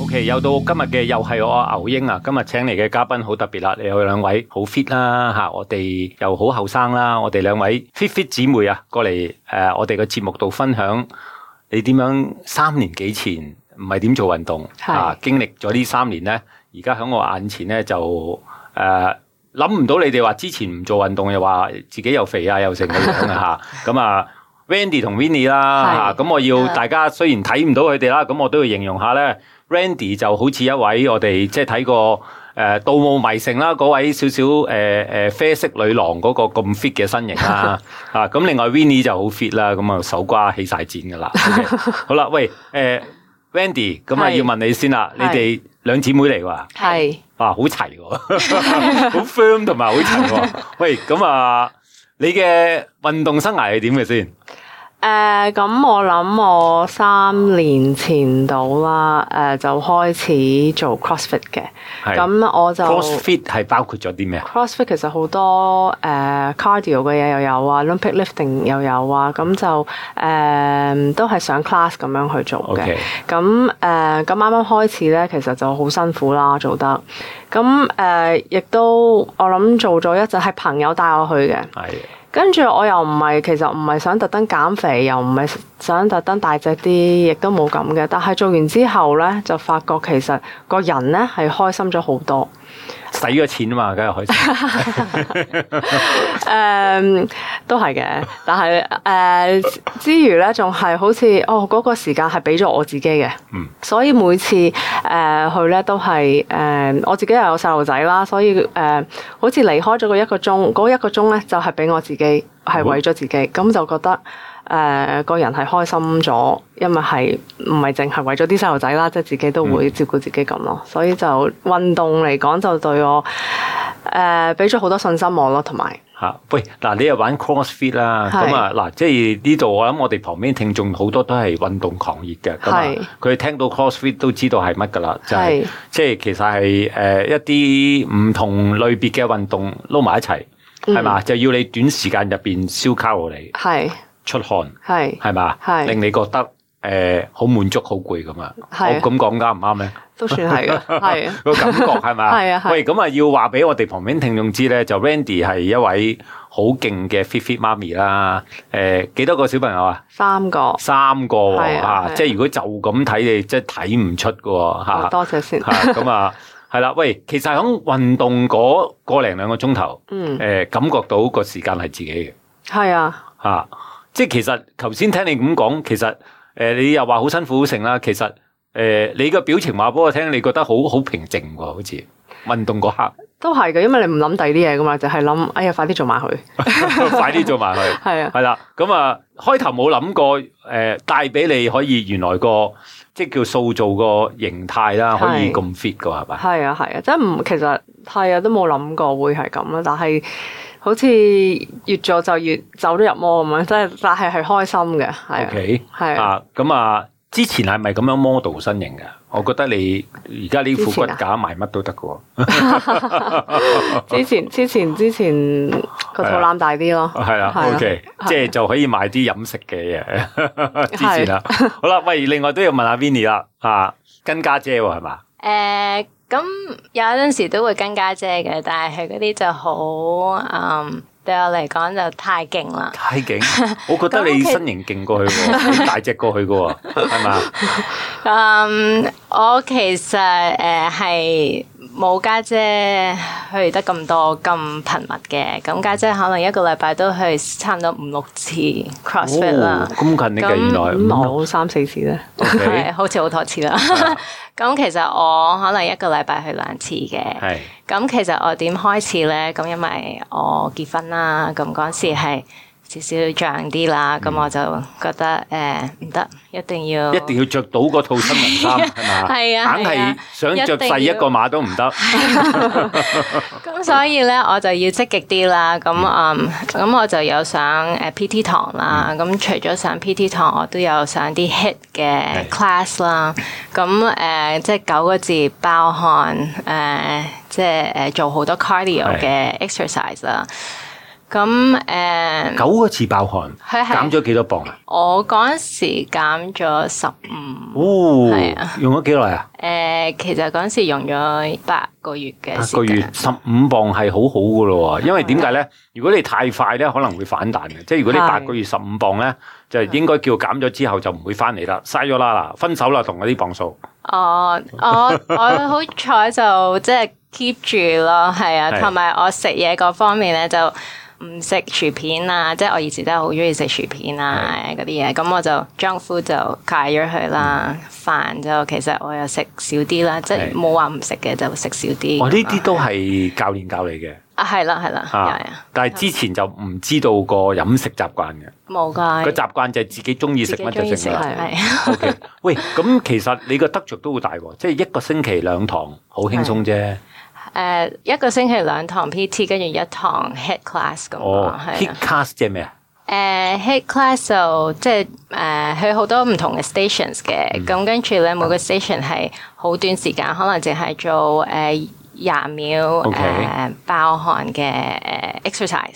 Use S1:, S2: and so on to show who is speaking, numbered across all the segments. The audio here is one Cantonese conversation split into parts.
S1: OK，又到今日嘅又係我牛英啊！今日請嚟嘅嘉賓好特別啦，你有兩位好 fit 啦吓，我哋又好後生啦，我哋兩位 fit fit 姊妹啊，過嚟誒、呃我哋嘅節目度分享你點樣三年幾前唔係點做運動
S2: 係
S1: 啊，經歷咗呢三年咧，而家喺我眼前咧就誒諗唔到你哋話之前唔做運動又話自己又肥啊又成咁樣啊 吓，咁啊 Wendy 同 Winnie 啦
S2: 係
S1: 吓。咁我要
S2: 啊
S1: 大家雖然睇唔到佢哋啦，咁我都要形容下咧。Randy 就好似一位我哋即係睇過誒《盜墓迷城》啦，嗰位少少誒誒啡色女郎嗰個咁 fit 嘅身形 啦，啊咁另外 Winnie 就好 fit 啦，咁啊手瓜起晒箭噶啦。OK，好 啦，喂誒、Randy，咁啊
S2: 係
S1: 要問你先啦，你
S2: 係
S1: 哋兩姊妹嚟㗎 喎。
S2: 係
S1: 哇，好齊喎，好 firm 同埋好齊喎。喂，咁啊，你嘅運動生涯係點嘅先？
S2: 誒，咁、我諗我三年前到啦，誒、就開始做 CrossFit 嘅。
S1: 係
S2: 咁我就
S1: CrossFit 係包括咗啲咩啊？
S2: CrossFit 其實好多誒、cardio 嘅嘢又有啊，Olympic lifting 又有啊，咁就誒、都係上 class 咁樣去做嘅。
S1: OK
S2: 咁誒咁啱啱開始咧，其實就好辛苦啦，做得。咁誒亦都我諗做咗一陣係朋友帶我去嘅。
S1: 係
S2: 跟住我又唔係，其實唔係想特登減肥，又唔係想特登大隻啲，亦都冇咁嘅。但係做完之後呢，就發覺其實個人呢係開心咗好多。
S1: 使咗錢啊嘛，梗係開 心。
S2: 誒、嗯都係嘅，但係誒、之餘呢，仲係好似哦嗰、個時間係俾咗我自己嘅。
S1: 嗯
S2: 所以每次誒、呃去咧都係誒、呃我自己又有細路仔啦，所以誒、呃好似離開咗個一個鐘，嗰一個鐘咧就係、俾我自己係
S1: 好
S2: 為咗自己，咁就覺得誒、呃、個人係開心咗，因為係唔係淨係為咗啲細路仔啦，即係自己都會照顧自己咁咯，所以就運動嚟講就對我誒俾咗好多信心我咯，同埋
S1: 吓、喂，嗱，你又玩 CrossFit 啦，
S2: 係
S1: 咁啊，嗱，即係呢度我諗我哋旁邊聽眾好多都係運動狂熱嘅，咁啊
S2: 係，
S1: 佢聽到 CrossFit 都知道係乜㗎啦，就係、
S2: 係
S1: 即係其實係誒、呃一啲唔同類別嘅運動撈埋一齊，
S2: 嗯
S1: 係嘛、就要你短時間入邊燒卡路里、
S2: 係
S1: 出汗，
S2: 係
S1: 係嘛，
S2: 係
S1: 令你覺得誒好、滿足、好攰咁啊，我
S2: 係
S1: 咁講啱唔啱咧？
S2: 都算係嘅，係
S1: 個感覺係咪
S2: 係啊係
S1: 喂，咁啊要話俾我哋旁邊聽眾知咧，就 Randy 係一位好勁嘅 fit fit 媽咪啦。誒、幾多個小朋友啊？
S2: 三個，
S1: 三個喎、
S2: 係啊
S1: 啊
S2: 係啊哦
S1: 即係如果就咁睇你，即係睇唔出嘅喎嚇
S2: 多謝 先，
S1: 嚇咁啊，係啦。喂，其實喺運動嗰個零兩個鐘頭，
S2: 嗯
S1: 誒、。感覺到個時間係自己嘅。
S2: 係啊，
S1: 吓、即係其實頭先聽你咁講，其實诶、呃你又話好辛苦好成啦，其實诶、呃你個表情話俾我聽，你覺得好好平靜喎，好似運動嗰刻
S2: 都係嘅，因為你唔諗第啲嘢噶嘛，就係諗，哎呀，快啲做埋佢，
S1: 快啲做埋佢，
S2: 係啊，
S1: 係啦，咁啊開頭冇諗過诶、呃帶俾你可以原來個即係叫塑造個形態啦，可以
S2: 係
S1: 咁 fit 噶係咪？
S2: 係啊，係啊，即係唔，其實係啊，都冇諗過會係咁啦，但係好似越做就越走咗入魔咁樣，即係但係係開心嘅，係
S1: O
S2: 啊，
S1: K，
S2: 係啊，
S1: 啊咁啊，之前係咪咁樣 model 身形噶？我覺得你而家呢副骨
S2: 之前啊
S1: 架埋乜都得噶喎。
S2: 之前之前之前個肚腩大啲咯，
S1: 系啦
S2: 啊係啊
S1: ，OK，
S2: 係
S1: 即系就可以買啲飲食嘅嘢 之前啦。好啦，喂，另外都要問下 Vinny 啦，啊，跟家姐喎係嘛？
S3: 诶，呃咁、有陣時都會跟家姐嘅，但係佢嗰啲就好，嗯，對我嚟講就太勁啦。
S1: 太勁！我覺得你身形勁過佢喎，你大隻過佢嘅喎，係嘛？
S3: 嗯，我其實誒係冇家姐去得咁多咁頻密嘅，咁家姐可能一個禮拜都去差唔多五六次 CrossFit 啦
S1: 哦，。咁近你嘅
S3: 咁
S1: 原來
S2: 咁冇三四次咧，
S3: 係
S1: OK，
S3: 好似好啊多次 啦，咁其實我可能一個禮拜去兩次嘅，
S1: 係
S3: 咁其實我點開始咧？咁因為我結婚啦，咁嗰陣時係少少漲啲啦，咁我就覺得誒唔得，一定要
S1: 嗯一定要着到嗰套新聞衫係嘛？
S3: 係啊
S1: 硬
S3: 係
S1: 係
S3: 啊
S1: 想着細一個碼都唔得，
S3: 咁所以咧，我就要積極啲啦。咁嗯，咁我就有上誒 PT 堂啦。
S1: 嗯
S3: 咁除咗上 PT 堂，我都有上啲 HIT
S1: 係
S3: 嘅 class 啦。咁誒、呃即係九個字包汗誒、呃即係誒、呃做好多 cardio 嘅 exercise 啦。咁诶，
S1: 九個字爆汗，
S3: 佢係
S1: 減咗幾多磅啊？
S3: 我嗰阵时減咗十
S1: 哦
S3: 五，係啊，
S1: 用咗幾耐啊？
S3: 诶，其實嗰阵时用咗八個月嘅
S1: 八啊
S3: 時
S1: 個月
S3: 間，
S1: 十五磅係好好噶咯
S3: 啊
S1: 喎，因為點解咧？如果你太快咧，可能會反彈嘅。即係如果你
S2: 係
S1: 八個月十五磅咧，就應該叫減咗之後就唔會翻嚟啦，嘥咗啦嗱，分手啦同嗰啲磅數。
S3: 我 我哦我好彩就即係 keep 住咯，係啊，
S1: 係
S3: 同埋我食嘢嗰方面咧就唔食薯片啊，即係我以前都係好中意食薯片啊嗰啲嘢，咁我就 junk food 就戒咗佢啦，飯就其實我又食少啲啦，即
S1: 嗯係
S3: 係冇話唔食嘅就食少啲。
S1: 哦，呢啲都係教練教你嘅
S3: 啊，係啦係啦，係
S1: 啊
S3: 啊，，
S1: 但係之前就唔知道個飲食習慣嘅，
S3: 冇㗎
S1: 個。習慣就係自己中意食
S3: 自己
S1: 乜
S3: 中
S1: 就
S3: 意
S1: 食
S3: 食
S1: 啦。
S3: 係
S1: O K，喂，咁其實你個得着都好大喎，即係一個星期兩堂，好輕鬆
S3: 啊
S1: 啫。
S3: 誒呃一個星期兩堂 PT，跟住一堂 head class 咁
S1: 哦
S3: 咯，
S1: ，hit
S3: 係啊。
S1: cast 即係咩啊？
S3: 誒 head class 就即係誒去好多唔同嘅 stations
S1: 嗯
S3: 嘅，咁跟住咧每個 station 係好短時間，可能淨係做誒廿秒
S1: OK
S3: 誒爆汗嘅誒 exercise。咁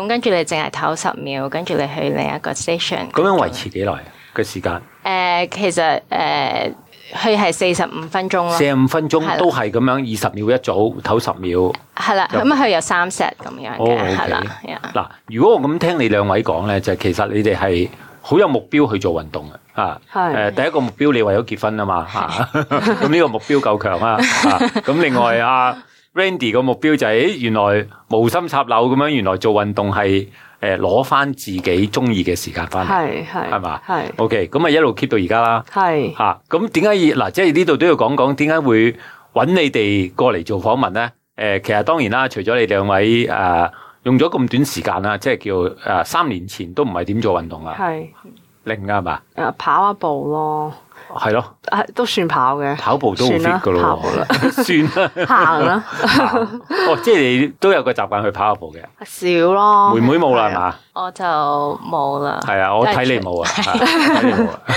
S1: 嗯
S3: 跟住你淨係唞十秒，跟住你去另一個 station。
S1: 咁樣維持幾耐嘅時間？
S3: 誒其實誒佢係四十五分鐘咯
S1: 四。十五分
S3: 係
S1: 鐘
S3: 啦
S1: 都係咁樣，二十秒一組，唞十秒。
S3: 係啦，
S1: 入
S3: 咁佢有三 set 咁樣
S1: 哦
S3: 嘅，係啦，
S1: ，OK
S3: 係啊。
S1: 嗱，如果我咁聽你兩位講咧，就係其實你哋係好有目標去做運動嘅啊。
S2: 係
S1: 誒第一個目標你為咗結婚啊 嘛， 嚇咁呢個目標夠強啊。啊咁另外啊 Randy 個目標就係咦原來無心插柳咁樣，原來做運動係誒攞翻自己中意嘅時間翻嚟。
S2: 係係
S1: 係嘛
S2: 係
S1: OK，咁啊一路 keep 到而家啦。
S2: 係。
S1: 吓，咁點解要嗱？即係呢度都要講講點解會揾你哋過嚟做訪問咧？诶、其實當然啦，除咗你兩位诶、呃用咗咁短時間啦，即係叫诶、呃三年前都唔係點做運動啦，
S2: 係
S1: 零㗎係嘛？
S2: 誒跑下步咯，
S1: 係咯，
S2: 啊都算跑嘅，
S1: 跑步都好
S2: 算
S1: fit
S2: 啦
S1: 噶
S2: 跑步啦
S1: 咯， 算啦。
S2: 行啊啦，
S1: 哦，即係你都有個習慣去跑下步嘅。
S2: 少咯。
S1: 妹妹冇啦係
S2: 係啊？
S1: 嘛？
S3: 我就冇啦。
S1: 係啊，我睇你冇啊，係啊睇你冇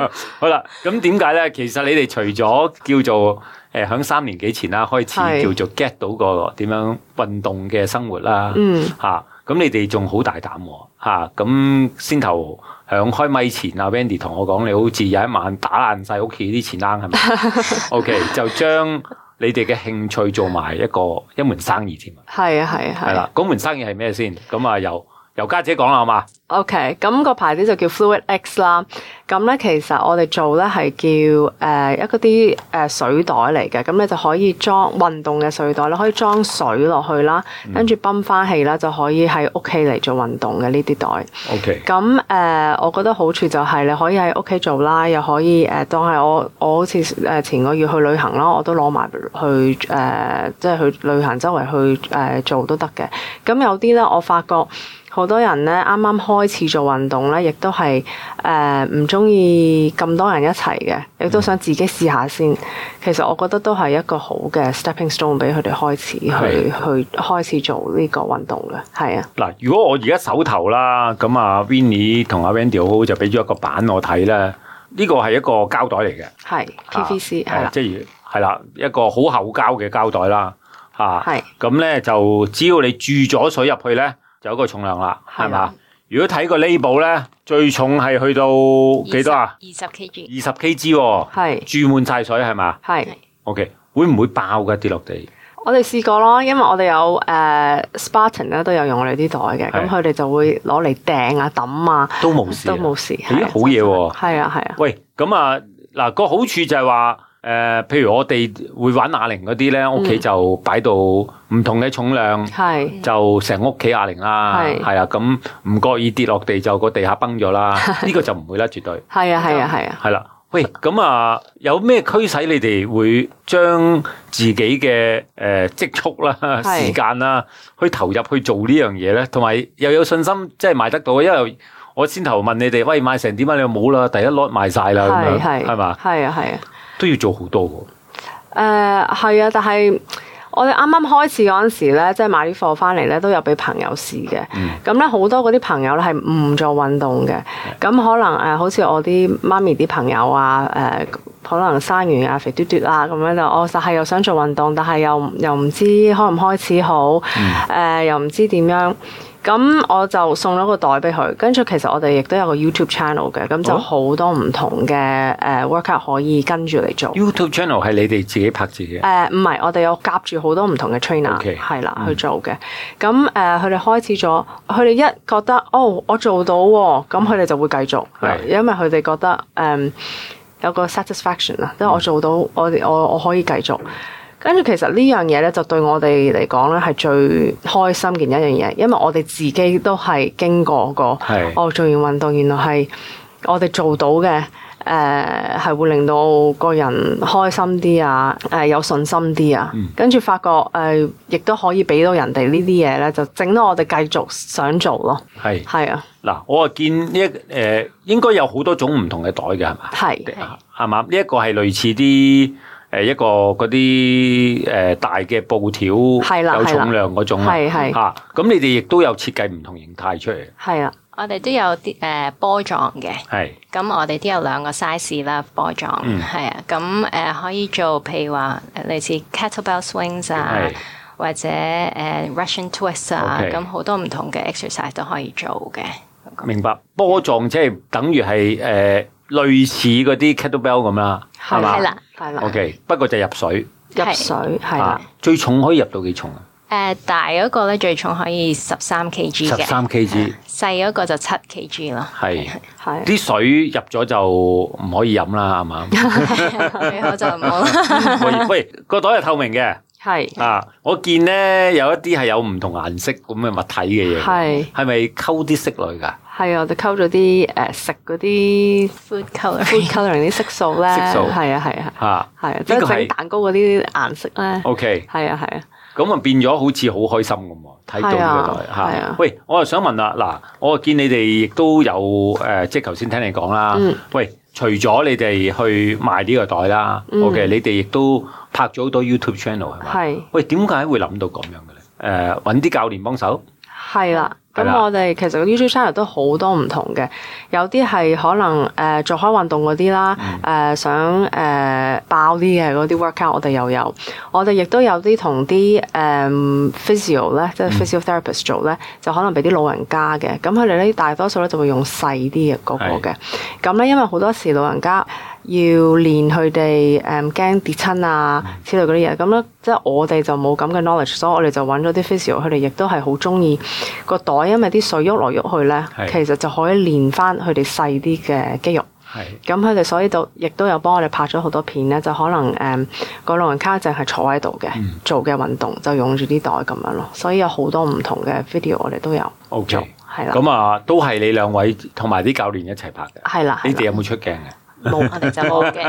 S1: 啊。好啦，咁點解咧？其實你哋除咗叫做誒響三年幾前啦，開始
S2: 係
S1: 叫做 get 到個點樣運動嘅生活啦，
S2: 嗯，
S1: 嚇咁你哋仲好大膽喎嚇咁先頭響開咪前啊，Wendy 同我講，你好似有一晚打爛晒屋企啲錢罌係咪 ？OK，就將你哋嘅興趣做埋一個一門生意添啊，
S2: 係啊係啊
S1: 係
S2: 係啊。
S1: 啦，嗰門生意係咩先？咁啊，由由家姐講啦，好嘛？
S2: OK，咁個牌子就叫 Fluid X 啦。咁咧其實我哋做咧係叫呃誒一嗰啲誒水袋嚟嘅，咁你就可以裝運動嘅水袋啦，可以裝水落去啦，跟住泵翻氣啦，就可以喺屋企嚟做運動嘅呢啲袋。
S1: O K，
S2: 咁誒、呃我覺得好處就係你可以喺屋企做啦，又可以誒、呃、當係我我好似誒前個月去旅行啦，我都攞埋去誒、呃即係去旅行周圍去誒、呃做都得嘅。咁有啲咧，我發覺好多人咧啱啱開始做運動咧，亦都係誒唔中意咁多人一齊嘅，亦都想自己試下先。其實我覺得都係一個好嘅 stepping stone 俾佢哋開始去去開始做呢個運動嘅，係啊，
S1: 嗱，如果我而家手頭啦，咁啊 w i n n i e 同阿 Wendy 好好就俾咗一個版我睇啦。呢個係一個膠袋嚟嘅
S2: 係 PVC 係
S1: 啊
S2: 啦。
S1: 即係係啦，一個好厚膠嘅膠袋啦，嚇。
S2: 係
S1: 咁咧就只要你注咗水入去咧，就有一個重量啦，
S2: 係啊
S1: 係嘛？如果睇個 label 咧，最重係去到幾多啊？
S3: 二十 kg
S1: 二十 kg 喎，
S2: 係
S1: 注滿晒水係嘛
S2: 係，
S1: ？OK，會唔會爆㗎跌落地？
S2: 我哋試過咯，因為我哋有誒、呃 Spartan 咧都有用我哋啲袋嘅，
S1: 係
S2: 咁佢哋就會攞嚟掟啊、抌啊，
S1: 都冇事啊，
S2: 都冇事。係
S1: 咦，
S2: 啊
S1: 好嘢喎！
S2: 係啊，係啊，
S1: 喂，咁啊，嗱、個好處就係話，诶、譬如我哋會玩啞鈴嗰啲咧，屋企就擺到唔同嘅重量，
S2: 係
S1: 就成屋企啞鈴啦，
S2: 係
S1: 係啊，咁唔覺意跌落地就個地下崩咗啦，呢個就唔會啦，絕對
S2: 係啊，係啊，係啊。
S1: 係啦。喂，咁啊，有咩驅使你哋會將自己嘅诶积蓄啦、
S2: 係
S1: 時間啦，去投入去做呢樣嘢咧？同埋又有信心即係賣得到，因為我先頭問你哋，喂賣成點啊？你話冇啦，第一 lot 賣晒啦，咁
S2: 係
S1: 樣
S2: 係
S1: 係嘛？
S2: 係啊係啊，
S1: 都要做好多喎。
S2: 呃誒係啊，但係我哋啱啱開始嗰陣時咧，即係買啲貨翻嚟咧，都有俾朋友試嘅。咁咧好多嗰啲朋友咧係唔做運動嘅，咁可能誒、呃好似我啲媽咪啲朋友啊，誒、可能生完啊肥嘟嘟啊咁樣就，我就係又想做運動，但係又唔又唔知開唔開始好，誒、又唔知點樣。咁我就送咗個袋俾佢，跟住其實我哋亦都有個 YouTube channel 嘅，咁就
S1: 哦
S2: 好多唔同嘅誒 workout 可以跟住嚟做。
S1: YouTube channel 係你哋自己拍自己嘅，
S2: 誒呃唔係，我哋有夾住好多唔同嘅 trainer
S1: OK，嗯
S2: 係啦去做嘅。咁誒佢哋開始咗，佢哋一覺得哦我做到喎、咁佢哋就會繼續
S1: 嗯係，
S2: 因為佢哋覺得誒、嗯有個 satisfaction 啊，即
S1: 嗯
S2: 係我做到，我我我可以繼續。跟住其實呢樣嘢咧，就對我哋嚟講咧係最開心嘅一樣嘢，因為我哋自己都係經過過
S1: 係，
S2: 我哦做完運動原來係我哋做到嘅，誒、係會令到個人開心啲啊，誒、有信心啲啊，
S1: 嗯
S2: 跟住發覺誒、亦都可以俾到人哋呢啲嘢咧，就整到我哋繼續想做咯，
S1: 係
S2: 係啊，
S1: 嗱，我啊見呢一誒應該有好多種唔同嘅袋嘅係嘛？
S2: 係
S1: 啊啱嘛？呢一個係類似啲誒一個嗰啲誒大嘅布條，
S2: 係啦
S1: 有
S2: 係啦
S1: 重量嗰種啊
S2: 係係
S1: 嚇。咁你哋亦都有設計唔同形態出嚟，
S2: 係啊，
S3: 我哋都有啲誒波狀嘅，
S1: 係
S3: 咁我哋都有兩個 size 啦，波狀
S1: 嗯
S3: 係啊，咁誒可以做譬如話誒類似 kettlebell swings 啊
S1: 係。
S3: 或者誒 Russian twist 啊，
S1: OK
S3: 咁好多唔同嘅 exercise 都可以做嘅。
S1: 明白。波狀即係等於係誒類似嗰啲 kettlebell 咁啦，係嘛？
S3: 係啦，
S2: 係啦
S1: O K，不過就入水
S2: 入
S3: 係
S2: 水係啦
S1: 啊。，最重可以入到幾重啊？
S3: 誒、大嗰個咧最重可以十三 kg
S1: 十
S3: 嘅，
S1: 三 K G
S3: 細嗰個就七 kg 咯。
S1: 係
S2: 係
S1: 啲水入咗就唔可以飲啦，係嘛？
S3: 最好就冇啦。
S1: 喂喂，個袋係透明嘅
S2: 係
S1: 啊！我見咧有一啲係有唔同顏色咁嘅物體嘅嘢，
S2: 係
S1: 係咪溝啲色類㗎？
S2: 係，我哋溝咗啲誒食嗰啲 food
S3: Food colour
S2: colouring 啲色素咧，
S1: 色素
S2: 係啊係啊
S1: 嚇
S2: 係啊，即
S1: 呢個係
S2: 係
S1: 哦
S2: 整蛋糕嗰啲顏色咧，
S1: ，OK，
S2: 係啊係啊。
S1: 咁啊變咗好似好開心咁喎，睇到呢個袋
S2: 係啊係
S1: 嚇
S2: 啊。
S1: 喂，我又想問啦，嗱，我見你哋亦都有誒，即係頭先聽你講啦
S2: 嗯。
S1: 喂，除咗你哋去賣呢個袋啦
S2: 嗯
S1: ，OK，你哋亦都拍咗好多 YouTube channel 係咪？
S2: 係
S1: 喂，點解會諗到咁樣嘅咧？誒，揾啲教練幫手，
S2: 係啦，咁
S1: 係啦
S2: 我哋其實個 YouTube channel 都好多唔同嘅，有啲係可能誒、呃做開運動嗰啲啦，誒、
S1: 嗯
S2: 想誒、呃爆啲嘅嗰啲 workout 我哋又有，我哋亦都有啲同啲誒 physio 咧，即
S1: 嗯
S2: 係 physiotherapist 做咧，就可能俾啲老人家嘅，咁佢哋咧大多數咧就會用細啲嘅嗰個嘅，咁咧因為好多時老人家。要練佢哋誒驚跌親啊之類嗰啲嘢，咁咧即係我哋就冇咁嘅 knowledge，所以我哋就揾咗啲 physio，佢哋亦都係好中意個袋，因為啲水喐來喐去咧，
S1: 係
S2: 其實就可以練翻佢哋細啲嘅肌肉。
S1: 係
S2: 咁佢哋所以就亦都有幫我哋拍咗好多片咧，就可能誒、嗯個老人家淨係坐喺度嘅，做嘅運動就用住啲袋咁樣咯，所以有好多唔同嘅 video 我哋都有
S1: O K，
S2: 做，係啦，
S1: 咁啊，都係你兩位同埋啲教練一齊拍嘅。
S2: 係 啦，
S1: 你
S2: 係
S1: 哋
S2: 啦
S1: 有冇出鏡啊嘅？
S3: 冇，我哋就冇嘅。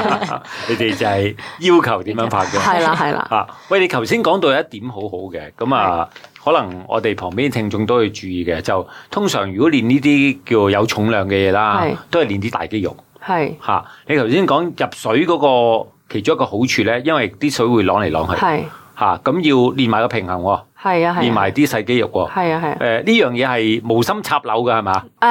S1: 你哋就係要求點樣拍嘅？
S2: 係啦，係啦，
S1: 啊，喂，你頭先講到有一點好好嘅，咁啊，可能我哋旁邊聽眾都要注意嘅，就通常如果練呢啲叫有重量嘅嘢啦
S2: 係，
S1: 都係練啲大肌肉
S2: 係
S1: 嚇、你頭先講入水嗰、個其中一個好處咧，因為啲水會啷嚟啷去嚇，
S2: 係
S1: 嚇咁、要練埋個平衡喎、
S2: 係啊，
S1: 練
S2: 係啊
S1: 埋啲細肌肉喎、
S2: 係啊，係啊。
S1: 誒呢樣嘢係無心插柳㗎係嘛？
S2: 誒、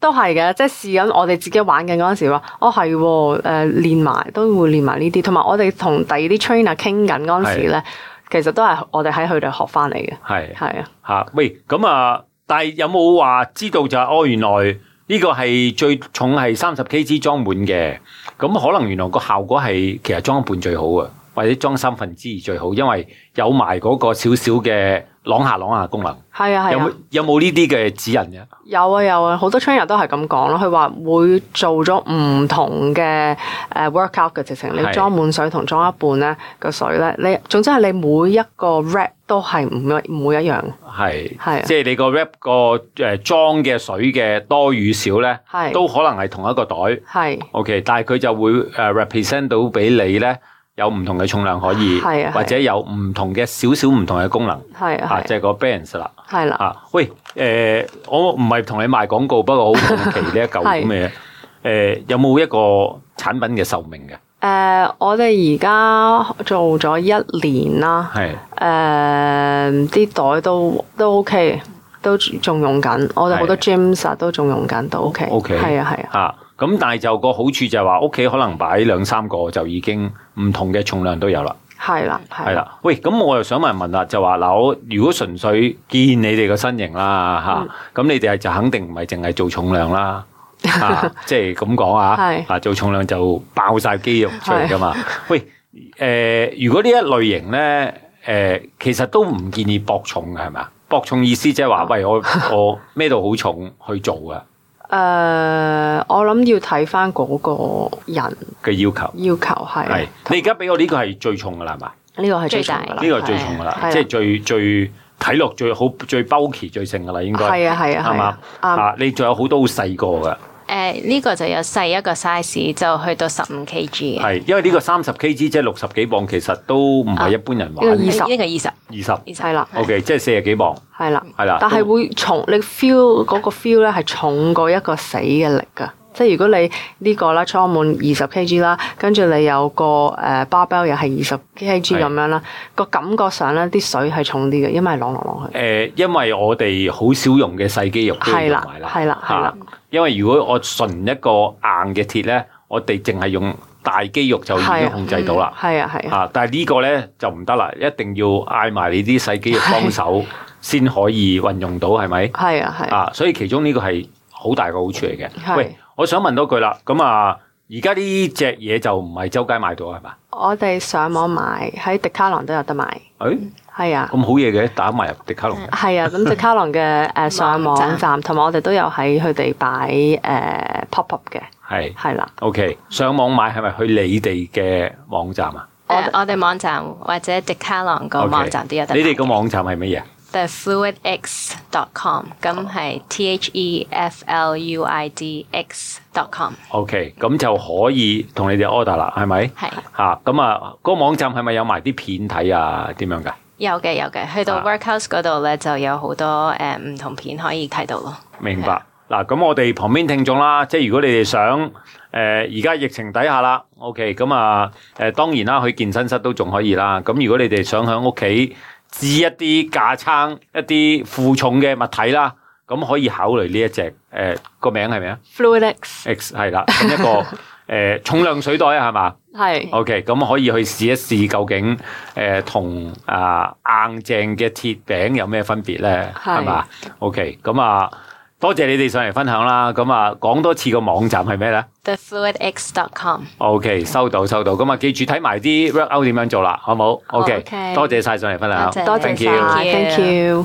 S2: 都係嘅，即係試緊我哋自己玩緊嗰陣時話，哦係喎，誒、練埋都會練埋呢啲，同埋我哋同第二啲 trainer 傾緊嗰陣時咧，其實都係我哋喺佢哋學翻嚟嘅，
S1: 係
S2: 係啊，
S1: 吓、喂，咁啊，但係有冇話知道就係、哦，原來呢個係最重係三十 kg 裝滿嘅，咁可能原來個效果係其實裝一半最好啊，或者裝三分之二最好，因為有埋嗰個少少嘅啷下啷下功能，
S2: 係啊
S1: 有
S2: 係啊
S1: 冇，有冇呢啲嘅指引嘅？
S2: 有啊有啊，好多 trainer 都係咁講咯，佢話會做咗唔同嘅誒 workout 嘅直情，你
S1: 係
S2: 裝滿水同裝一半咧個水咧，你總之係你每一個 rep 都係唔一唔會一樣，
S1: 係，
S2: 係啊
S1: 即係你個 wrap 個誒裝嘅水嘅多與少咧，
S2: 係
S1: 都可能係同一個袋。
S2: 係
S1: O.K.，但係佢就會誒 represent 到俾你咧，有唔同嘅重量可以，
S2: 係啊係啊
S1: 或者有唔同嘅少少唔同嘅功能，
S2: 係啊
S1: 啊，
S2: 係
S1: 就係個 balance 啦。
S2: 啊係啦，
S1: 啊，喂，誒，我唔係同你賣廣 告，不過好好奇呢一嚿咁嘅嘢，誒，有冇一個產品嘅壽命嘅？
S2: 誒、呃我哋而家做咗一年啦，
S1: 係
S2: 誒、啲袋都都 OK，都仲用緊。我哋好多
S1: 係
S2: gyms 啊都仲用緊，都 OK。
S1: OK
S2: 係啊係啊，
S1: 嚇。咁但係就個好處就係話屋企可能擺兩三個就已經唔同嘅重量都有啦，
S2: 係啦
S1: 係啊
S2: 係啦。
S1: 啦。喂，咁我又想問問啦，就話嗱，我如果純粹見你哋個身形啦嚇，咁、你哋就肯定唔係淨係做重量 啦。啊，即係咁講啊
S2: 係，
S1: 啊做重量就爆晒肌肉出嚟噶嘛。 喂，誒、如果呢一類型咧，誒、其實都唔建議搏重嘅係咪啊？搏重意思即係話，喂， 我我孭到好重去做啊嘅
S2: 誒、呃我諗要睇翻嗰個人
S1: 嘅要求。
S2: 要求係啊
S1: 係，你而家俾我呢個係最重噶啦，係嘛？
S2: 呢個係最
S3: 最
S2: 重
S3: 大
S2: 㗎啦。
S1: 呢個係最重噶
S2: 係
S1: 啦，
S2: 啊
S1: 即係最最睇落最好、最 bulky、最盛噶啦，應該
S2: 係啊係啊
S1: 啱
S2: 係
S1: 嘛
S2: 啊？啱
S1: 啊，你仲有好多好細個嘅，
S3: 誒呃呢個就有細一個 size 就去到十五 kg 嘅，
S1: 係因為呢個三十 kg 即係六十幾磅，其實都唔
S2: 啊
S1: 係一般人玩
S2: 呢個
S1: 二
S2: 二十
S3: 呢個二十，
S1: 十。
S3: 二十
S2: 嗯係啦
S1: O K，即係四十幾磅。
S2: 係啦
S1: 係啦
S2: 但係
S1: 都
S2: 會重你 feel 嗰個 feel 咧係重過一個死嘅力㗎。即係如果你呢個啦，裝滿二十 kg 啦，跟住你有個誒 barbell 又係二十 kg 咁樣啦，個感覺上咧啲水係重啲嘅，因為係啷啷啷去。
S1: 誒、因為我哋好少用嘅細肌肉都要
S2: 係
S1: 用
S2: 啦
S1: 埋，啦，
S2: 係啦，係啦，
S1: 嚇因為如果我純一個硬嘅鐵咧，我哋淨係用大肌肉就已
S2: 係
S1: 經
S2: 啊
S1: 控制到啦。
S2: 係啊，係啊，
S1: 啊！但係呢個咧就唔得啦，一定要嗌埋你啲細肌肉幫手先可以運用到，係咪？
S2: 係啊，係啊。
S1: 啊，所以其中呢個係好大個好處嚟嘅。
S2: 係
S1: 喂，我想問多句啦，咁啊，而家呢只嘢就唔係周街買到係嘛？
S2: 我哋上網買喺迪卡郎都有得買，
S1: 誒、
S2: 係啊。
S1: 哎咁好嘢嘅，打埋入迪卡龍。
S2: 係 啊，咁迪卡郎嘅誒上網
S3: 網
S2: 站，同埋我哋都有喺佢哋擺誒 pop up 嘅，
S1: 係
S2: 係啦，
S1: ，OK，上網買係咪去你哋嘅網站啊？
S3: 我我哋網站或者迪卡郎個
S1: OK
S3: 網站都有得買
S1: 你
S3: 嘅。
S1: 哋個網站係乜嘢？
S3: The fluidx dot com，咁
S1: 哦
S3: 係 T H E F L U I D X dot com，
S1: OK，咁就可以同你哋 order 啦，係咪？
S3: 係
S1: 嚇，咁啊，個網站係咪有埋啲片睇啊？點樣㗎？
S3: 有嘅有嘅，去到
S1: 啊
S3: workhouse 嗰度咧就有好多誒唔同片可以睇到咯。
S1: 明白。嗱，咁我哋旁邊聽眾啦，即係如果你哋想誒而家疫情底下啦，OK，咁啊誒當然啦，去健身室都仲可以啦。咁如果你哋想喺屋企置一啲架撐、一啲負重嘅物體啦，咁可以考慮呢一隻誒個名係咪啊
S2: Fluidex
S1: ？X 係啦，咁一個 誒、重量水袋啊，係嘛
S2: 係
S1: ？OK，咁可以去試一試究竟誒同啊硬淨嘅鐵餅有咩分別咧？
S2: 係
S1: 係嘛？OK，咁啊，多謝你哋上嚟分享啦。咁啊，講多次個網站係咩咧
S3: The fluidx dot com，
S1: ？OK，收到收到。咁啊，記住睇埋啲 workout 點樣做啦，好冇
S3: 好
S1: 哦？OK，
S3: OK
S1: 多謝晒上嚟分享，
S2: 多
S3: 多謝
S2: 謝
S1: Thank
S2: 晒
S1: you。
S2: ，thank you。